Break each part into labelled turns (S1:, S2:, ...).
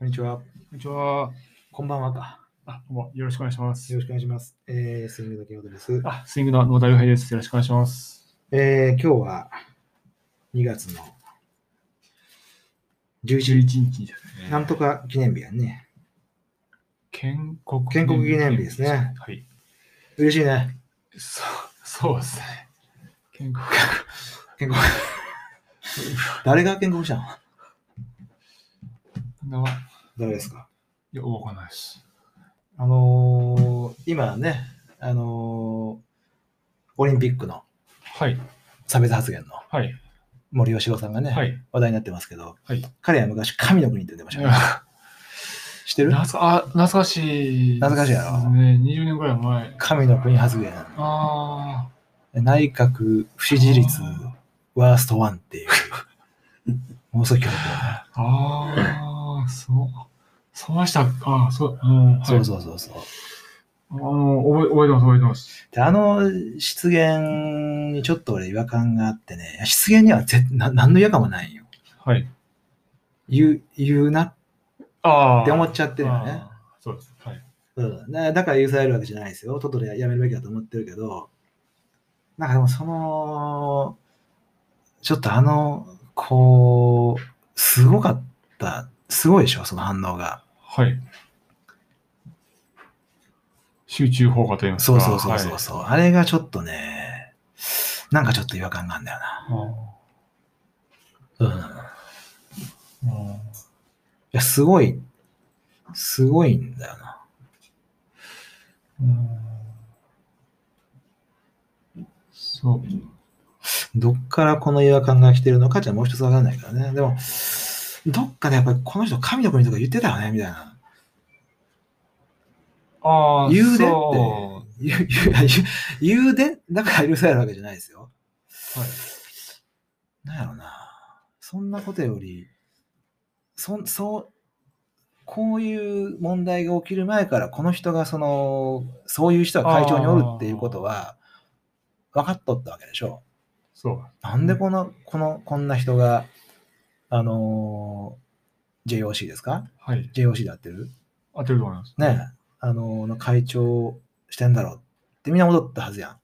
S1: にちは。
S2: こんにちは。
S1: こんばんはか。
S2: あ、どうもよろしくお願いしま
S1: よ
S2: す
S1: ろ。しくお願いします。えー、スイングのキノです。
S2: あ、スイングの野田亮平です。よろしくお願いします。
S1: えー、今日は2月の
S2: 11
S1: 11日、
S2: 日ですね。
S1: なんとか記念日やね。
S2: 建国
S1: 建国記念日ですね。
S2: はい。
S1: 嬉しいね。
S2: そう、そうですね。建国。
S1: 建 国。誰が建国したの
S2: 名前い
S1: 誰ですか
S2: や、わかんないです。
S1: あのー、今ね、あのー、オリンピックの
S2: はい。
S1: 差別発言の
S2: はい。
S1: 森喜朗さんがね、
S2: はい。
S1: 話題になってますけど、
S2: はい
S1: 彼は昔神の国って言ってま したね。知ってる
S2: 懐かあ懐かしい。
S1: 懐かしいやろ
S2: ね、20年ぐらい前。
S1: 神の国発言。
S2: あ
S1: 内閣不支持率ワーストワンって いう、ものすごい記録
S2: あ。ああ、そう。そうでした。ああ、そう。うんはい
S1: そうそうそうそう。
S2: あの、覚え覚えてます、覚えてます。
S1: で、あの失言にちょっと俺違和感があってね、いや失言にはぜな何の違和感もないよ。
S2: はい。
S1: 言う、言うなっ
S2: ああ。
S1: て思っちゃってるよね。
S2: あー。そうです。はい。
S1: うん、だだから許されるわけじゃないですよ。とっととややめるべきだと思ってるけど、なんかでもその、ちょっとあの、こう、すごかった。すごいでしょ、その反応が。
S2: はい。集中砲火と言います
S1: そ
S2: か。
S1: うそうそうそうそう、あれがちょっとね、なんかちょっと違和感があるんだよな。
S2: は
S1: うん。い
S2: いあ
S1: や、すごい、すごいんだよな。
S2: ーうんそう。
S1: どっからこの違和感が来てるのかじゃもう一つわかんないからね。でも、どっかでやっぱりこの人、神の国とか言ってたよね、みたいな。
S2: ああ、
S1: 言うでって
S2: そ
S1: 言う、言う言う言うで、だから許されるわけじゃないですよ。
S2: うはい。
S1: なんやろな。そんなことより、そん、そう、こういう問題が起きる前から、この人が、その、そういう人が会長におるっていうことは、分かっとったわけでしょ。
S2: そう。
S1: なんでこの、この、こんな人が、あのー JOC ですか
S2: はい。
S1: ?JOC で合ってる
S2: 当てると思います。
S1: ねえ、あのーの会長してんだろうってみんな戻ったはずやん。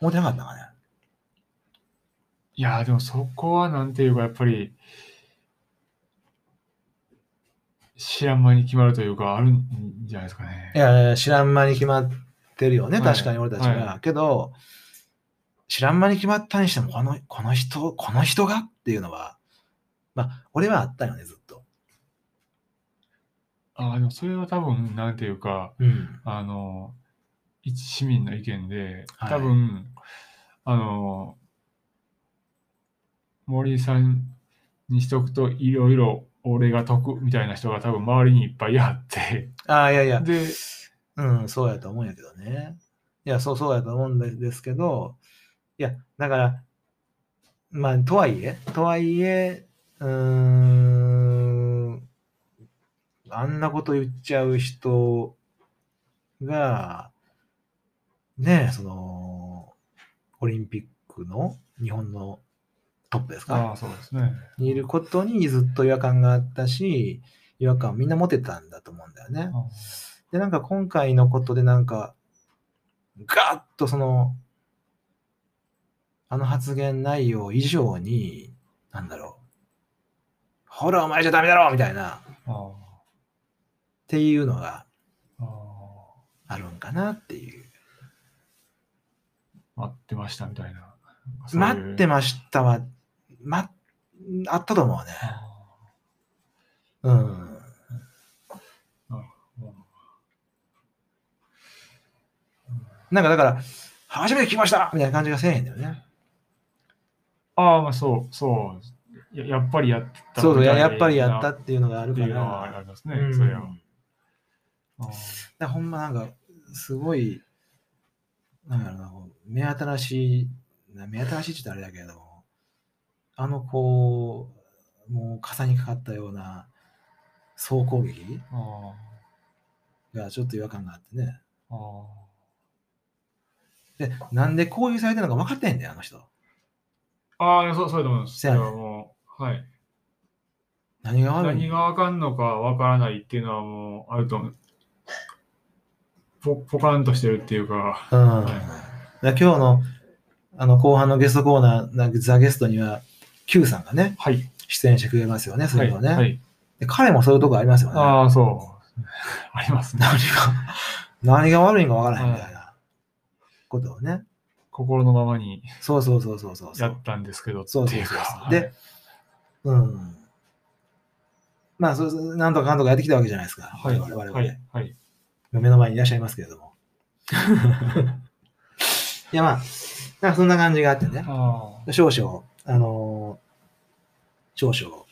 S1: 思ってなかったんかね。
S2: いやー、でもそこはなんていうか、やっぱり、知らん間に決まるというか、あるんじゃないですかね。
S1: いやいや、知らん間に決まってるよね、
S2: はい
S1: 確かに俺たちが。
S2: は
S1: けど、知らん間に決まったにしても、このこの人、この人がっていうのは、まあ、俺はあったよね、ずっと。
S2: ああ、でもそれは多分、なんていうか、
S1: うん。
S2: あの、一市民の意見で、
S1: はい
S2: 多分、あの、森さんにしとくといろいろ俺が得みたいな人が多分周りにいっぱい あって、
S1: ああ、いやいや、
S2: で、
S1: うん、そうやと思うんやけどね。いや、そうそうやと思うんでですけど、いや、だから、まあ、とはいえ、とはいえ、うーん、あんなこと言っちゃう人が、ねえ、その、オリンピックの日本のトップです
S2: あ
S1: か
S2: あ、そうですね。
S1: にいることにずっと違和感があったし、違和感をみんな持てたんだと思うんだよね。
S2: あ
S1: で、なんか今回のことでなんか、ガーッとその、あの発言内容以上に、なんだろう。ほら、お前じゃダメだろみたいな、っ
S2: ああ
S1: ていうのが
S2: あ、
S1: あるんかなっていう。
S2: 待ってましたみたいな。
S1: 待って
S2: ま
S1: ましたは、ま、あったと思うね。
S2: した。
S1: うん。なんかだから、初めて聞きましたみたいな感じがせえへんだよね。
S2: ああ、まあそう、そう。ややっぱりやってた
S1: そうそう、
S2: みた
S1: や
S2: いな
S1: やっぱりやったっていうのがある
S2: って
S1: か
S2: いうのはあ
S1: ら。
S2: りますね、
S1: うん
S2: それは。ああ
S1: だからほんまなんか、すごい、なんだろうな、こう目新しい、な目新しいって言ったらあれだけども、あのこう、もう傘にかかったような総攻撃
S2: あ
S1: がちょっと違和感があってね。
S2: ああ
S1: で、なんでこういうされてるのか分かってへんだよ、あの人。
S2: あああ、そう、そうだと思います。
S1: せやね
S2: それはもうはい。
S1: 何が悪い
S2: 何がわかんのかわからないっていうのはもうあると思う。ポポカンとしてるっていうか、
S1: うん。だから今日のあの後半のゲストコーナー、なんかザ・ゲストには Q さんがね、
S2: はい。
S1: 出演してくれますよね、そ
S2: は
S1: れ
S2: い。
S1: はね、
S2: はい、
S1: で彼もそういうとこありますよね。
S2: ああ、そう。ありますね。
S1: 何が、 何が悪いんかわからへんみたいなことをね。
S2: 心のままに
S1: そうそうそうそうそう。
S2: やったんですけどって
S1: そうそう
S2: い
S1: そう
S2: う
S1: そう
S2: か。
S1: で、うん。まあ、そうそうなんとかなんとかやってきたわけじゃないですか。
S2: はい。
S1: 我々
S2: は。
S1: はいね、
S2: はい。はい。
S1: 目の前にいらっしゃいますけれども。 いや、まあ、なんかそんな感じがあってね。
S2: あ
S1: 少々、あのー少々、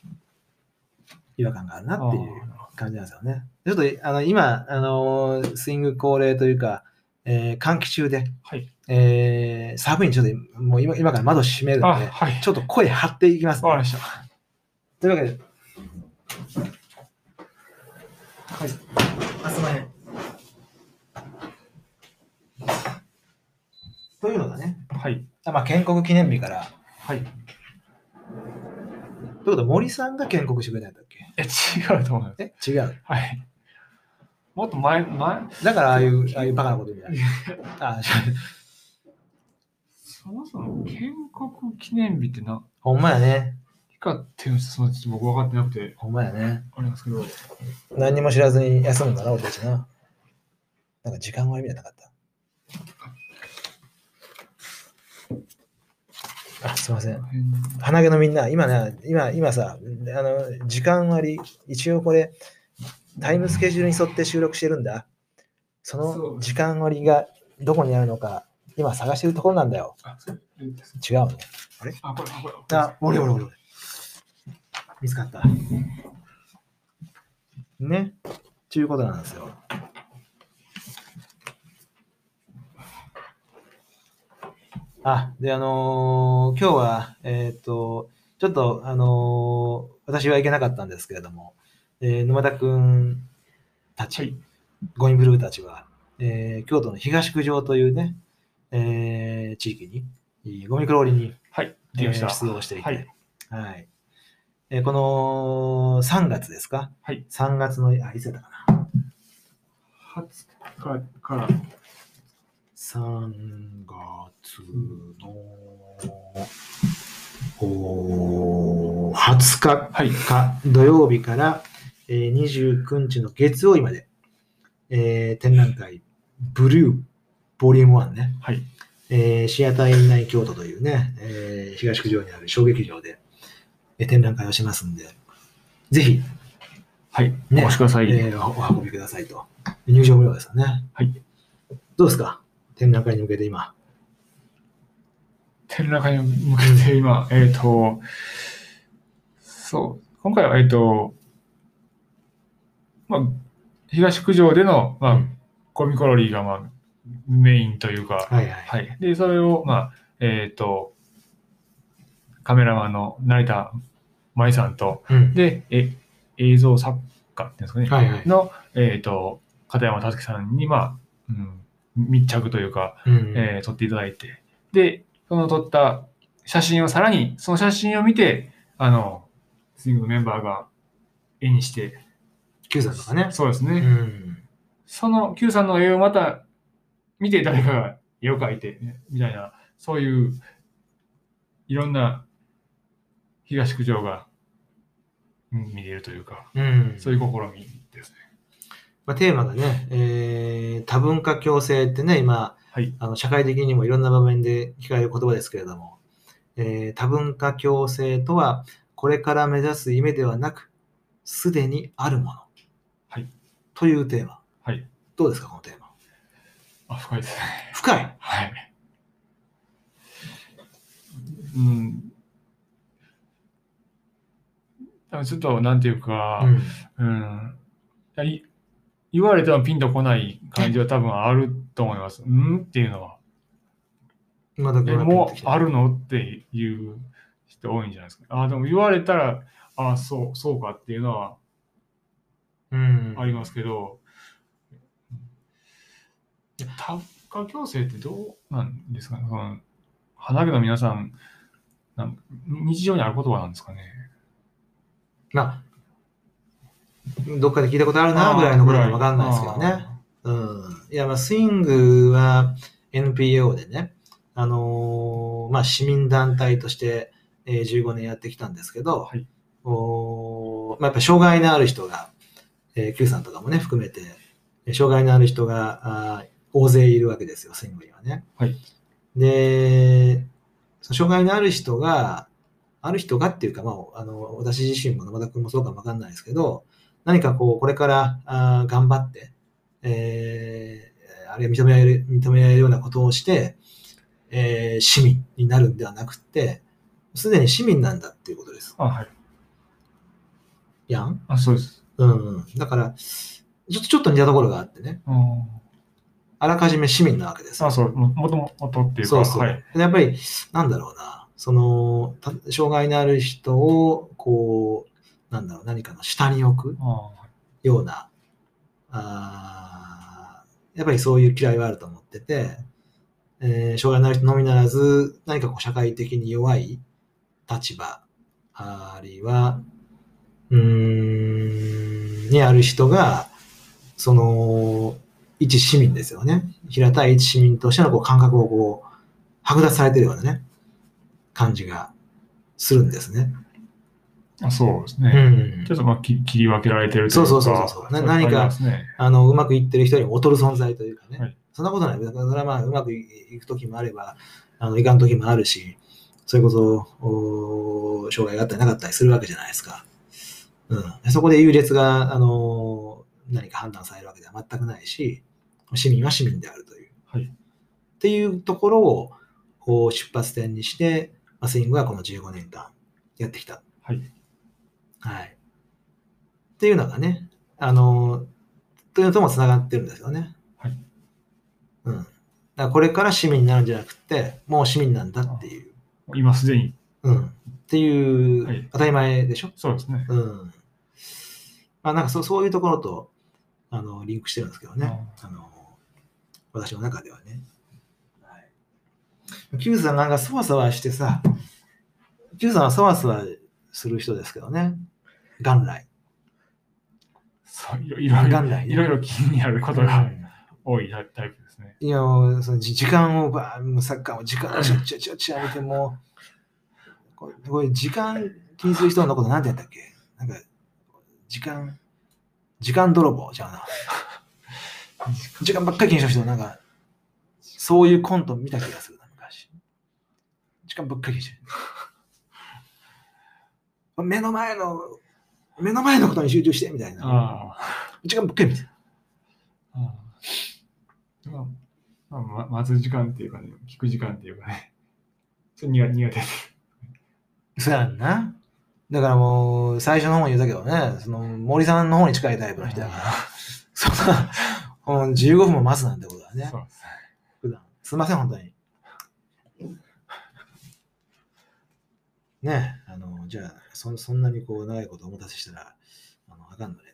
S1: 違和感がある
S2: あ。
S1: なっていう感じなんですよね。ちょっと、あの、今、あのースイング恒例というか、えー換気中で、
S2: はい。
S1: えー寒いんで、ちょっと、もう今今から窓閉める
S2: あ、
S1: ので、
S2: はい。
S1: ちょっと声張っていきます、
S2: わかりました。
S1: というわけで、
S2: はい。
S1: あ、すまへん。というのがね、
S2: はい。
S1: あまあ、建国記念日から、
S2: はい。
S1: ということは森さんが建国してくれたんだっけ
S2: え、違うと思う。
S1: え違う。
S2: はい。もっと前、前、
S1: だからああいう、ああいうバカなこと言うんじゃない。あ、
S2: そもそも建国記念日って何
S1: ほんまやね。
S2: かっていうのそのちょっと僕分かってなくて、
S1: ほんまやね。
S2: あれなんですけど、
S1: 何にも知らずに休むんだな、俺たちな。なんか時間割みたいなのなかった。あ、すいません。鼻毛のみんな、今ね、今、今さ、あの、時間割、一応これ、タイムスケジュールに沿って収録してるんだ。そ
S2: そう
S1: の時間割がどこにあるのか、今探してるところなんだよ。
S2: あ、そうですね
S1: 違うね。
S2: あ、これ、あこれ、これ
S1: あ、俺俺俺。見つかった。ね。ちゅうことなんですよ。あ、で、あのー今日は、えっ、と、ちょっと、あのー私は行けなかったんですけれども、えー沼田くんたち、
S2: はい
S1: ゴインブルーたちは、えー京都の東九条というね、えー地域に、えーゴミクローリに
S2: はい、
S1: えー
S2: できました。
S1: 出動していて、
S2: は
S1: はいいえーこの3月ですか、
S2: はい、
S1: 3月の、あ、いつやったかな、
S2: 20日から、
S1: 3月の、おー20日
S2: はい、
S1: か土曜日から、えー、29日の月曜日まで、えー展覧会、ブルーボリューム1ね、
S2: はい、
S1: えーシアター院内京都というね、えー東九条にある小劇場で、えー展覧会をしますんで、ぜひ、
S2: はい、
S1: ね
S2: お越しください。
S1: えーおお運びくださいと。入場無料ですよね。
S2: はい。
S1: どうですか展覧会に向けて今。
S2: 展覧会に向けて今、えっ、と、そう、今回は、えっ、と、まあ、東九条での、まあ、コミコロリーが、まあ、メインというか、
S1: はいはい。
S2: はい。で、それを、まあ、えっ、と、カメラマンの成田舞さんと、
S1: うん、
S2: で、え映像作家っていうんですかね、
S1: はいはい。
S2: の、えっ、と、片山達樹さんに、まあ、うん、密着というか、
S1: うん
S2: えー撮っていただいて、で、その撮った写真をさらに、その写真を見て、あの、スイングのメンバーが絵にして、
S1: Q さんとかね。
S2: そうですね。
S1: うん。
S2: その Q さんの絵をまた見て誰かが絵を描いて、ねみたいな、そういういろんな東九条がうん見れるというか、
S1: うん。
S2: そういう試みですね。
S1: まあ、テーマがね、えー多文化共生ってね、今、
S2: はい
S1: あの社会的にもいろんな場面で聞かれる言葉ですけれども、えー多文化共生とは、これから目指す夢ではなく、すでにあるもの。
S2: はい
S1: というテーマ。
S2: はい。
S1: どうですか、このテーマ。
S2: あ、深いですね。
S1: 深い。
S2: はい。うん。多分ちょっと、なんていうか、
S1: うん
S2: うんいやい言われてもピンとこない感じは多分あると思います。うんっていうのは。
S1: まだ
S2: えもうあるのっていう人多いんじゃないですか。あでも言われたら、あそう、そうかっていうのは
S1: うん
S2: ありますけど、多文化共生ってどうなんですかね。その花火の皆さんなん、日常にある言葉なんですかね。
S1: まあ、どっかで聞いたことあるな、ぐらいのことはわかんないですけどね。うん。いや、まあ、スイングは NPO でね、あのーまあ、市民団体として、えー15年やってきたんですけど、
S2: はい
S1: おーまあ、やっぱ障害のある人が、えー、Q さんとかもね、含めて、えー障害のある人があー大勢いるわけですよ、スイングにはね。
S2: はい
S1: で、その障害のある人が、ある人がっていうか、まあ、あの私自身も野田君もそうかもわかんないですけど、何かこう、これからあー頑張って、えーあるいは認められる、認められるようなことをして、えー市民になるんではなくて、すでに市民なんだっていうことです。
S2: あ、はい。
S1: やん
S2: あ、そうです。
S1: うん。だから、ちょっとちょっと似たところがあってね、
S2: あ
S1: あらかじめ市民なわけです
S2: ー。あ、そう、ももともとっていうか、
S1: そうそう。
S2: はい。
S1: でやっぱり、なんだろうな、その、た障害のある人を、こう、なんだろう、何かの下に置く
S2: あーはい
S1: ような、あーやっぱりそういう嫌いはあると思ってて、えー障害のある人のみならず、何かこう社会的に弱い立場、あるいは、うーん、にある人が、その、一市民ですよね。平たい一市民としてのこう感覚をこう、剥奪されてるようなね、感じがするんですね。
S2: あそうです
S1: う
S2: ね。
S1: ん
S2: ちょっとまあき切り分けられてるというか。
S1: そうそうそうそうな何か
S2: ありますね。
S1: あのうまくいってる人に劣る存在というかね、
S2: はい
S1: そんなことない。だからそれはまあうまくいくときもあれば、あのいかんときもあるし、それこそおー障害があったりなかったりするわけじゃないですか。うん、そこで優劣が、あのー何か判断されるわけでは全くないし、市民は市民であるという。
S2: はい
S1: っていうところをこう出発点にして、まあ、スイングはこの15年間やってきた。
S2: はい。
S1: はい。っていうのがね、あのーというのともつながってるんですよね。
S2: はい。
S1: うん。だからこれから市民になるんじゃなくて、もう市民なんだっていう、
S2: 今すでに、
S1: うん。ってい、
S2: はいう
S1: 当たり前でしょ。
S2: そうですね。
S1: うん。まあなんかそそういうところと、あの、リンクしてるんですけどね。あの、私の中ではね。はい。キューさんなんかそわそわしてさ、キューさんはそわそわする人ですけどね。元来。
S2: そういろ いろ
S1: 元
S2: い
S1: 来
S2: ろ
S1: ね、
S2: いろいろ気になること
S1: う
S2: が
S1: ん
S2: 多いタイプですね。
S1: いや、そのじ時間をば、もうサッカーを時間をちゃちゃちゃちゃ見てもう、これ、これ時間気にする人のことなんてやったっけなんか、時間、時間泥棒じゃうな。時間ばっかり気にする人、なんか、そういうコント見た気がするな、昔。時間ばっかり気にしてる。目の前の、目の前のことに集中して、みたいな。
S2: ああ
S1: 時間ばっかり見てる。
S2: ああ。まあ、まあ、待つ時間っていうかね、聞く時間っていうかね。ちょっと苦苦手です。
S1: そうやんな。だからもう、最初の方に言ったけどね、その森さんの方に近いタイプの人だから、そんな、この15分も待つなんてことはね
S2: そ、うですね。
S1: 普段。すいません、本当に。ねあの、じゃあそ、そんなにこう、長いことお待たせしたら、あの、あかんのでね。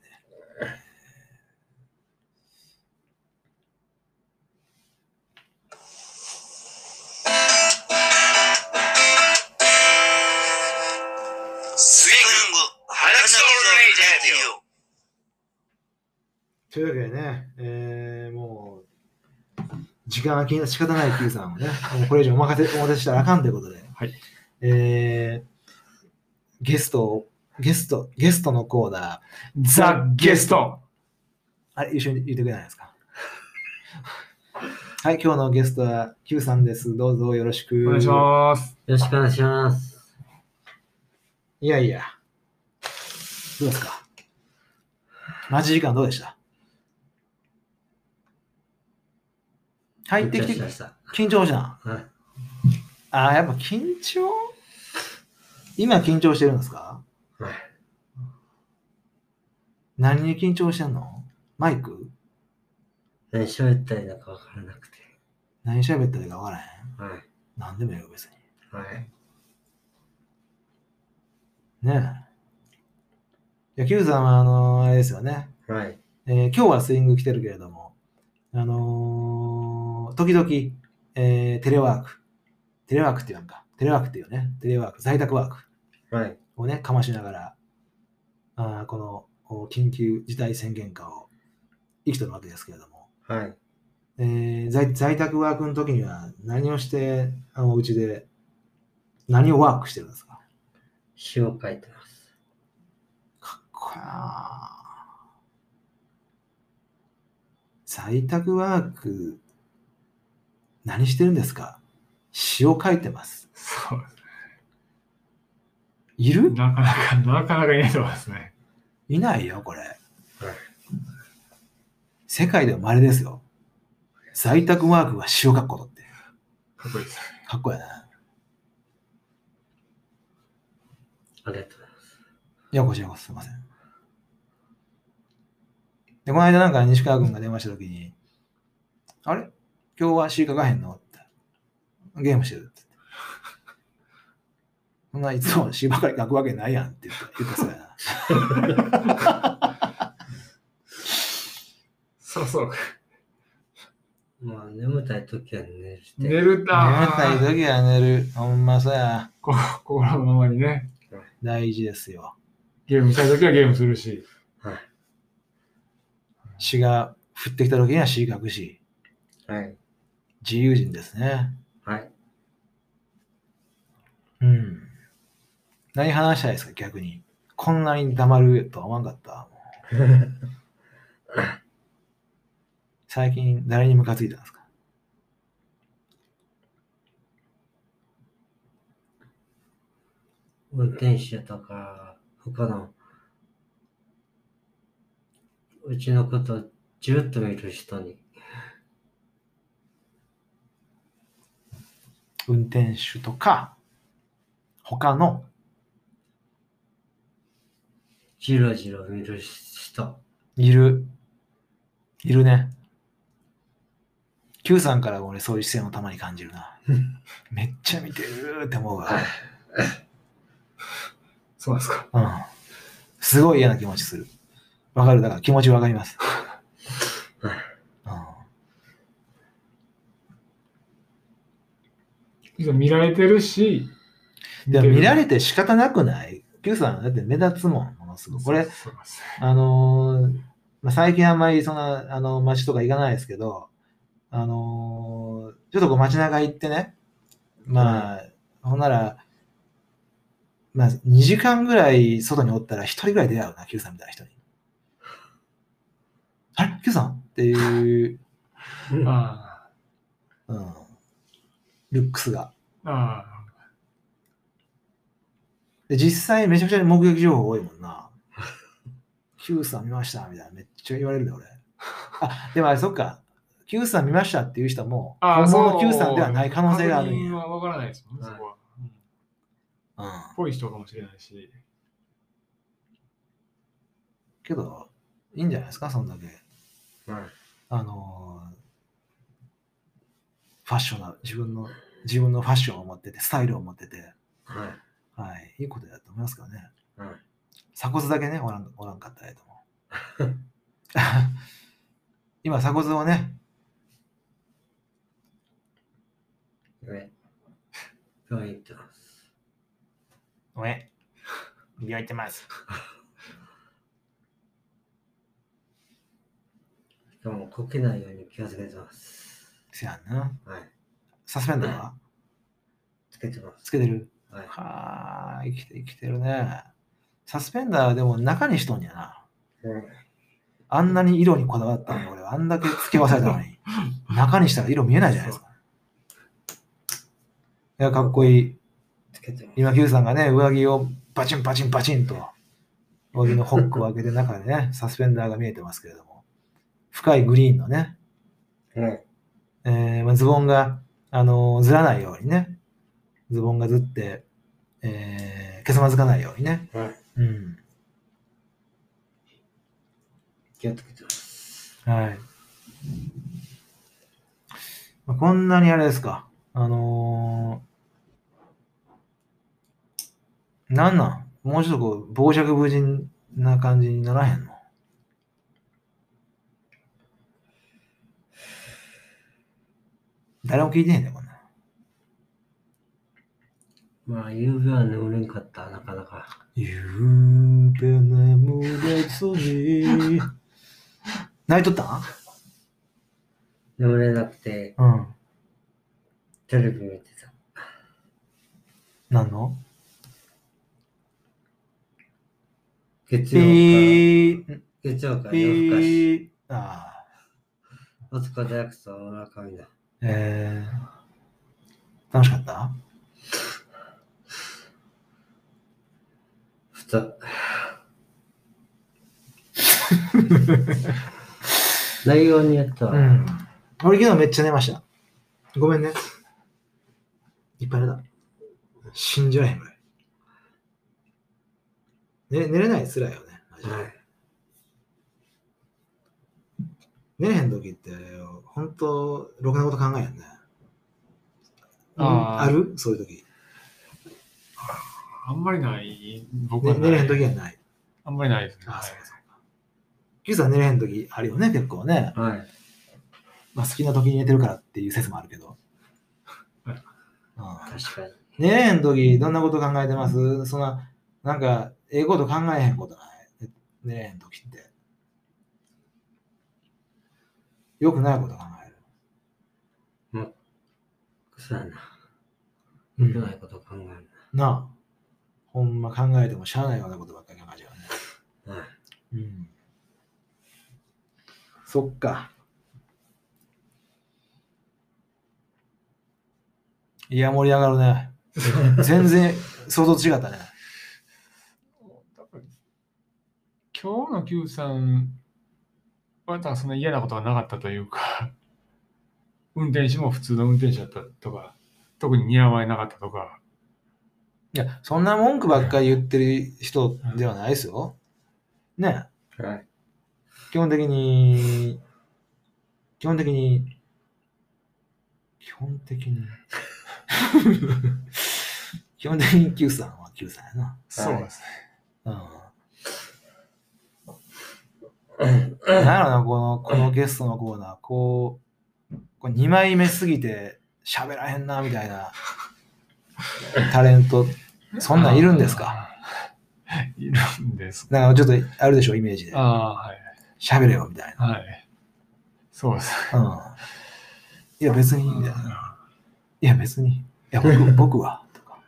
S3: スイング花草レイディオ
S1: というわけでね、えー、もう、時間が気になって仕方ない Q さんをね、もうこれ以上お任せお任せしたらあかんということで、
S2: はい
S1: えーゲストを、ゲスト、ゲストのコーナー、
S2: ザ・ゲスト
S1: あれ、一緒に言ってくれないですか。 はい、今日のゲストは Q さんです。どうぞよろしく。
S2: お願いします。
S4: よろしくお願いします。
S1: いやいや、どうですか待ち時間どうでした入ってきて
S4: 緊張しました。
S1: 緊張じゃん。
S4: はい。
S1: ああ、やっぱ緊張今緊張してるんですか
S4: はい
S1: 何に緊張してんのマイク
S4: 何喋ったらいいのか分からなくて。
S1: 何喋ったらいいか分からへん。
S4: はい。
S1: 何でもいいよ、別に。
S4: はい。
S1: ねえ。いや、Q さんは、あのーあれですよね。
S4: はい。
S1: えー今日はスイング来てるけれども、あのー時々、えーテレワーク。テレワークって言わんか。テレワークっていうね。テレワーク、在宅ワーク。
S4: はい。
S1: をね、かましながら、あーこのこう緊急事態宣言下を生きてるわけですけれども、
S4: はい。
S1: えー在在宅ワークの時には何をして、あの、うちで、何をワークしてるんですか
S4: 詩を書いてます。
S1: かっこいいなぁ在宅ワーク、何してるんですか詩を書いてます。
S2: そう
S1: い
S2: です
S1: る
S2: ね。なかなか、なかなかいないと思いますね。
S1: いないよ、これ。世界では稀ですよ。在宅ワークが詩を書くことって。
S2: かっこいいです。
S1: かっこいいな。
S4: ありがとうございます。
S1: いや、こちらこそすいません。で、この間なんか西川君が電話した時に、あれ今日は詩書かへんのって。ゲームしてるって。そんないつも詩ばかり書くわけないやんって言った言ったそうやな。
S2: そうそう。
S4: まあ、眠たい時は寝る
S2: 寝るな
S1: 眠たい時は寝る。ほんまそうや。
S2: こ心のままにね。
S1: 大事ですよ。
S2: ゲームしたい時はゲームするし。
S1: 詩が降ってきた時には詩書くし、
S4: はい。
S1: 自由人ですね。
S4: はい。
S1: うん。何話したいですか、逆に。こんなに黙るとは思わんか った。最近、誰にムカついたんですか
S4: 運転手とか、他の、うちのことをじゅっと見る人に、
S1: 運転手とか、他の、
S4: じろじろ見る人。
S1: いる。いるね。Q さんからも俺そういう視線をたまに感じる な。めっちゃ見てるって思うわ。
S2: そうなんですか。
S1: うん。すごい嫌な気持ちする。わかる、だから気持ちわかります。うん
S2: 見られてるし。
S1: でも見ら
S2: れ
S1: れて仕方なくない ?Q さん、だって目立つもん、ものすごく。これ、
S2: そうなんです
S1: あのーまあ、最近あんまりそんな、あの、街とか行かないですけど、あのーちょっとこう街中行ってね、まあ、ほんなら、まあ、2時間ぐらい外におったら1人ぐらい出会うな、Q さんみたいな人に。あれ ?Q さんっていう、
S2: あ
S1: うん、ルックスが。
S2: あ。ああ。
S1: で実際めちゃくちゃ目撃情報多いもんな。Q さん見ましたみたいな、めっちゃ言われるで俺。あ、でもあれそっか。Q さん見ましたっていう人も、
S2: ああ、
S1: 本物
S2: そ
S1: の
S2: う。
S1: Q さんではない可能性がある
S2: 確
S1: ん
S2: 認
S1: や。
S2: はわからないですもんね、
S4: はい
S2: そこは。うん
S1: うん。
S2: ぽい人かもしれないし。
S1: けど、いいんじゃないですか、そんだけ。
S4: はい。
S1: あのーファッションな、自分の、自分のファッションを持ってて、スタイルを持ってて、
S4: はい。
S1: はい、いいことだと思いますからね。
S4: はい
S1: 鎖骨だけね、おらんおらんかったらええと思 う。今、鎖骨をね、
S4: 上。病院行ってます。
S1: ごめん。病院行ってます。
S4: でも、こけないように気をつけてます。
S1: せやんな。
S4: はい。
S1: サスペンダーは
S4: つけてます。
S1: つけてる
S4: はい。
S1: はあ、生きて、生きてるね。サスペンダーはでも中にしとんやな。
S4: うん
S1: あんなに色にこだわったのに、俺はあんだけ付け忘れたの に、中にしたら色見えないじゃないですか。いや、かっこいい。
S4: つけてます。
S1: 今、Q さんがね、上着をバチンバチンバチンと、上着のホックを開けて中でね、 サスペンダーが見えてますけれども、深いグリーンのね、
S4: はい。
S1: えーまあ、ズボンが、あのーずらないようにね、ズボンがずって、えー、けさまずかないようにね、
S4: はい。
S1: うん。
S4: 気をつけてます。
S1: はい。まあ、こんなにあれですか、あのー、なんなんもうちょっとこう、傍若無人な感じにならへんの誰も聞いてへんねん、こんなん。
S4: まあ、まあ、夕べは眠れんかった、なかなか。
S1: ゆうべ眠れずに。 泣いとった
S4: 眠れなくて、
S1: うん。
S4: テレビ見てた。
S1: 何の
S4: 月
S1: ピ
S4: 曜か
S1: ー、
S4: ら、月曜から
S1: ピ
S4: 夜更かし。
S1: ー。ああ。
S4: 大塚大学と村上だ。
S1: えー、楽しかった
S4: ふた。内容によっては、
S1: うん。俺昨日めっちゃ寝ました。ごめんね。いっぱい寝た。信じられへんぐらい。ね、寝れないつらいよね。マジで
S4: はい。
S1: 寝れへん時って、本当ろくなこと考えへんね。
S2: あー
S1: あるそういう時。
S2: あんまりない。僕は
S1: ね、
S2: ない
S1: 寝れへん時はない。
S2: あんまりないですね。
S1: あ、そうかそうか。キューさん寝れへん時あるよね、結構ね。
S4: はい。
S1: まあ好きな時に寝てるからっていう説もあるけど。う
S2: はい
S1: ん
S4: 確かに。
S1: 寝れへん時どんなこと考えてますそんな、なんか、ええこと考えへんことない。寝れへん時って。よくないこと考える。
S4: そうやな。
S1: う、
S4: 良くなんいこと考える
S1: なあ。ほんま考えてもしゃあないようなことばっかり考えちゃ
S4: な。はい。
S1: うね。うん。そっか。いや、盛り上がるね。 全然想像と違ったね。
S2: 多分今日の Q さんは多分そんな嫌なことがなかったというか、運転手も普通の運転手だったとか、特に似合わなかったとか、
S1: いや、そんな文句ばっかり言ってる人ではないですよ。ねえ
S4: はい。
S1: 基本的に、基本的に、基本的 に、基本的に Q さんは Q さんや
S2: そうですね。
S1: な。うん。なんやろな、この、このゲストのコーナー、こう、こう2枚目すぎて喋らへんな、みたいな、タレント、そんなんいるんですか
S2: あーいるんですか。
S1: なんかちょっとあるでしょ、イメージで
S2: あ。あ、はい。
S1: 喋れよ、みたい
S2: はい。そうです。
S1: な。うん。いや、別に、みたいな。いや、別に。いや、僕僕は。とか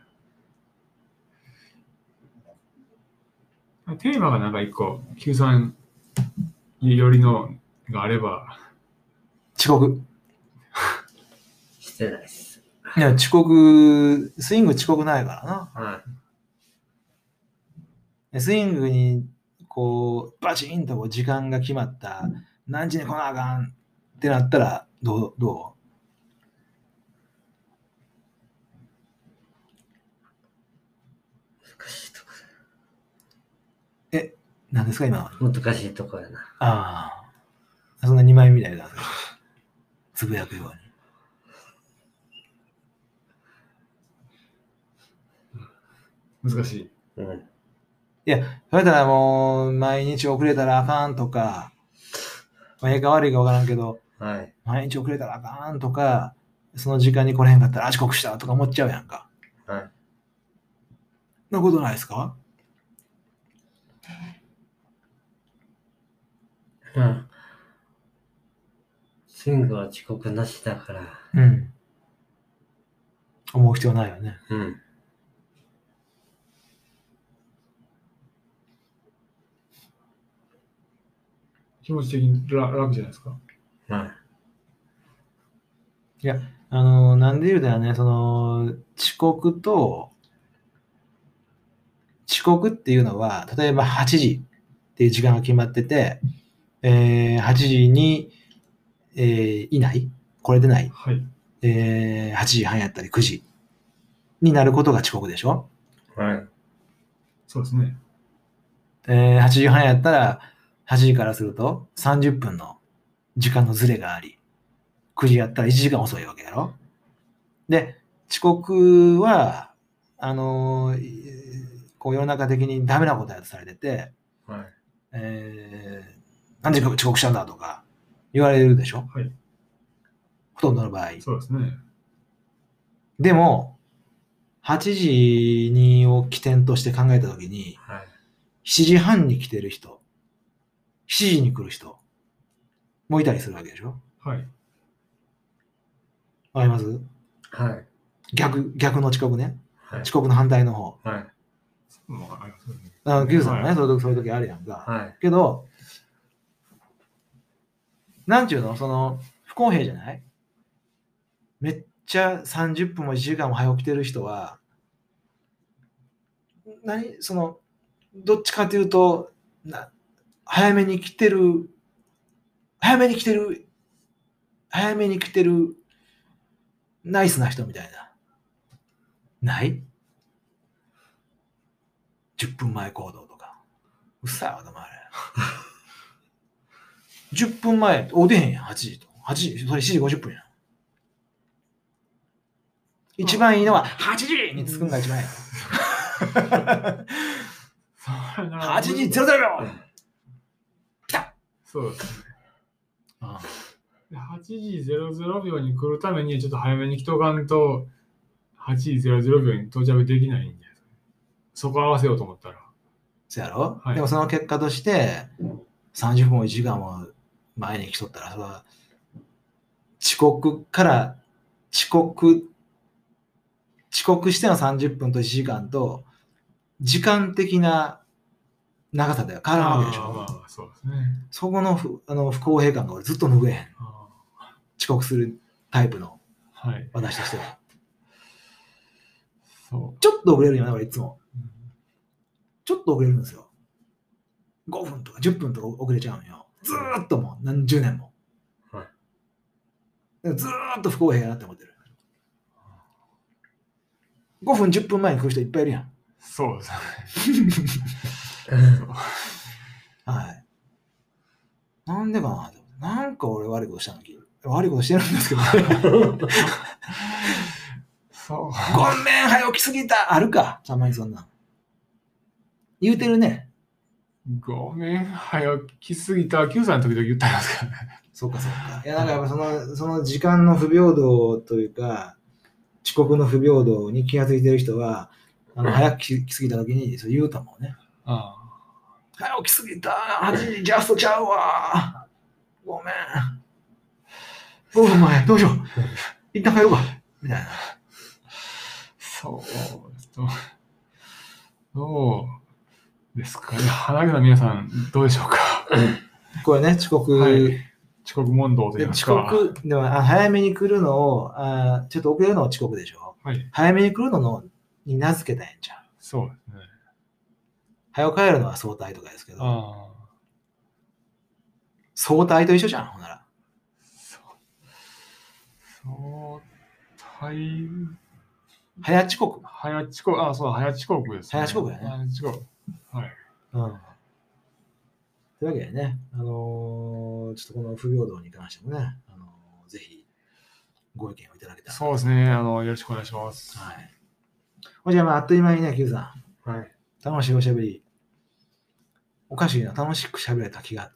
S2: テーマがなんか一個、Q さんよりのがあれば、
S1: 遅刻。
S4: してないです。
S1: いや、遅刻、スイング遅刻ないからな
S4: は
S1: で。スイングに、こう、バチンとこう時間が決まった、何時に来なあかんってなったら、どうど
S4: い。難しいとこ
S1: うなんですか、今の。
S4: だ。難しいとこやな。
S1: ああ。そんな2枚みたいな。つぶやくように。
S2: 難しい。
S4: う
S1: そ
S4: ん。
S1: れだったらもう、毎日遅れたらあかんとか、まあ、ええか悪いか分からんけど、
S4: はい。
S1: 毎日遅れたらあかんとか、その時間に来れへんかったら、あ、遅刻したとか思っちゃうやんか。
S4: はい。
S1: そんなことないですか
S4: まあ、スイングは遅刻なしだから。
S1: うん。思う必要ないよね。
S4: うん。
S2: 気持ち的にら楽じゃないですか。
S4: はい。
S1: あの、なんで言うたらね、その、遅刻と、遅刻っていうのは、例えば8時っていう時間が決まってて、えー8時に、えーいない来れてない
S2: はい。
S1: えー8時半やったり9時になることが遅刻でしょ、
S4: はい。
S2: そうですね。
S1: えー ?8 時半やったら8時からすると30分の時間のズレがあり、9時やったら1時間遅いわけやろで、遅刻は、あのーいこう世の中的にダメなことやとされてて、
S4: はい。
S1: えー、何時間遅刻したんだとか言われるでしょ
S2: はい。
S1: ほとんどの場合。
S2: そうですね。
S1: でも、 8時にを起点として考えたときに、
S4: はい。
S1: 7時半に来てる人、7時に来る人、もいたりするわけでしょ
S2: はい。
S1: わかります
S4: はい。
S1: 逆、逆の遅刻ね。
S4: はい。
S1: 遅刻の反対の方。
S4: はい。
S2: もうわかりますよね。
S1: あの、Q さんも
S2: は
S1: ね、そういう時そういう時あるやんか。
S4: はい。
S1: けど、なんちゅうの、その、不公平じゃないめっちゃ30分も1時間も早起きてる人は、何その、どっちかというと、な早めに来てる、早めに来てる、早めに来てる、ナイスな人みたいな。ない10分前行動とか。うっさいわ、でもあれ。10分前、おでへんやん、8時と。8時、それ7時50分やん。一番いいのは、8時に着くんが一番いい。
S2: それな
S1: 8時00秒
S2: そうですね。で8時00秒に来るために、ちょっと早めに来とかんと、8時00秒に到着できないんで、そこ合わせようと思ったら。
S1: そやろ、
S2: はい
S1: でもその結果として、30分も1時間も前に来とったら、それは遅刻から遅刻、遅刻しての30分と1時間と、時間的な長さでは変わらんわけでし
S2: あーま
S1: ょ。
S2: あまあ、そうですね。
S1: そこのふあの不公平感が俺ずっと拭えへん。
S2: あ
S1: 遅刻するタイプの
S2: ーはい。
S1: 私としては。
S2: そ
S1: ちょっと遅れるよね、俺いつも。
S2: ううん。
S1: ちょっと遅れるんですよ。5分とか10分とか遅れちゃうのよ。ずーっともう何十年も。
S4: はい
S1: い、ずーっと不公平やなって思ってる。5分10分前に来る人いっぱいいるやん。
S2: そうですね。
S1: はい。なんでかなって思ってなんか俺悪いことしたのき。悪いことしてるんです けど、
S2: そう。
S1: ごめん、早起きすぎたあるか、たまにそんなん。言うてるね。
S2: ごめん、早起きすぎた。Q さんの時々言ったんですからね。
S1: そうかそうか。いや、なんかやっぱその、その時間の不平等というか、遅刻の不平等に気がついてる人は、あの、早く来すぎた時に、そう言うと思うね。
S2: あ
S1: 早起きすぎた !8 時ジャストちゃうわごめん。5分前、どうしよう一旦帰ろうかみたいな。
S2: あ、そう。どうどうですかね。花火の皆さん、どうでし ょうか。
S1: これね、遅刻、
S2: はい遅刻問答と言
S1: で
S2: います
S1: 遅
S2: か。
S1: 刻、でもあ早めに来るのをあ、ちょっと遅れるのは遅刻でしょ
S2: はい。
S1: 早めに来るののに名付けたんやんじゃん。
S2: そうですね。
S1: 早く帰るのは早退とかですけど。
S2: ああ。
S1: 相対と一緒じゃん、ほんなら。
S2: そう。そう。大
S1: 早遅刻。
S2: 早遅刻、あ、そう、早遅刻です、
S1: 早遅刻やね
S2: 早遅刻。はい。
S1: うん。というわけでね、あのーちょっとこの不平等に関してもね、あのーぜひご意見をいただけたら。
S2: そうですね。あの、よろしくお願いします。
S1: はい。おじゃあ、まあ、あっという間にね、Q さ
S4: はい。
S1: ん、楽しいおしゃべり。おかしいな、楽しくしゃべれた気 が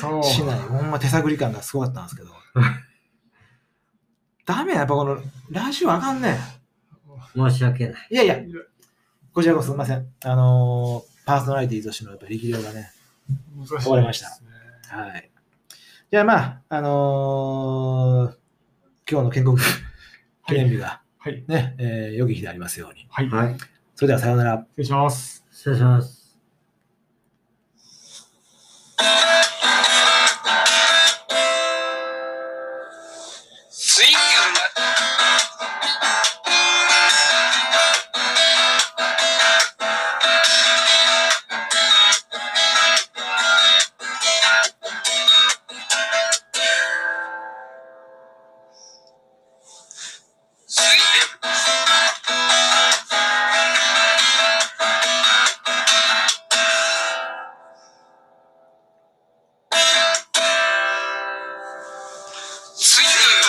S2: そう。
S1: しない。ほんま手探り感がすごかったんです けど。ダメや、やっぱこのラジオあかんねん。
S4: 申し訳ない。
S1: いやいや、こちらこそすみません。あのーパーソナリティとしてのやっぱり力量がね、
S2: 難しいですね
S1: 終わりましたはい。じゃあまあ、あのー今日の建国記念日が
S2: はい。
S1: ね、えー良き日でありますように。
S2: はい。
S4: はい。
S1: それではさようなら。
S2: 失礼します。
S4: 失礼します。
S3: スイング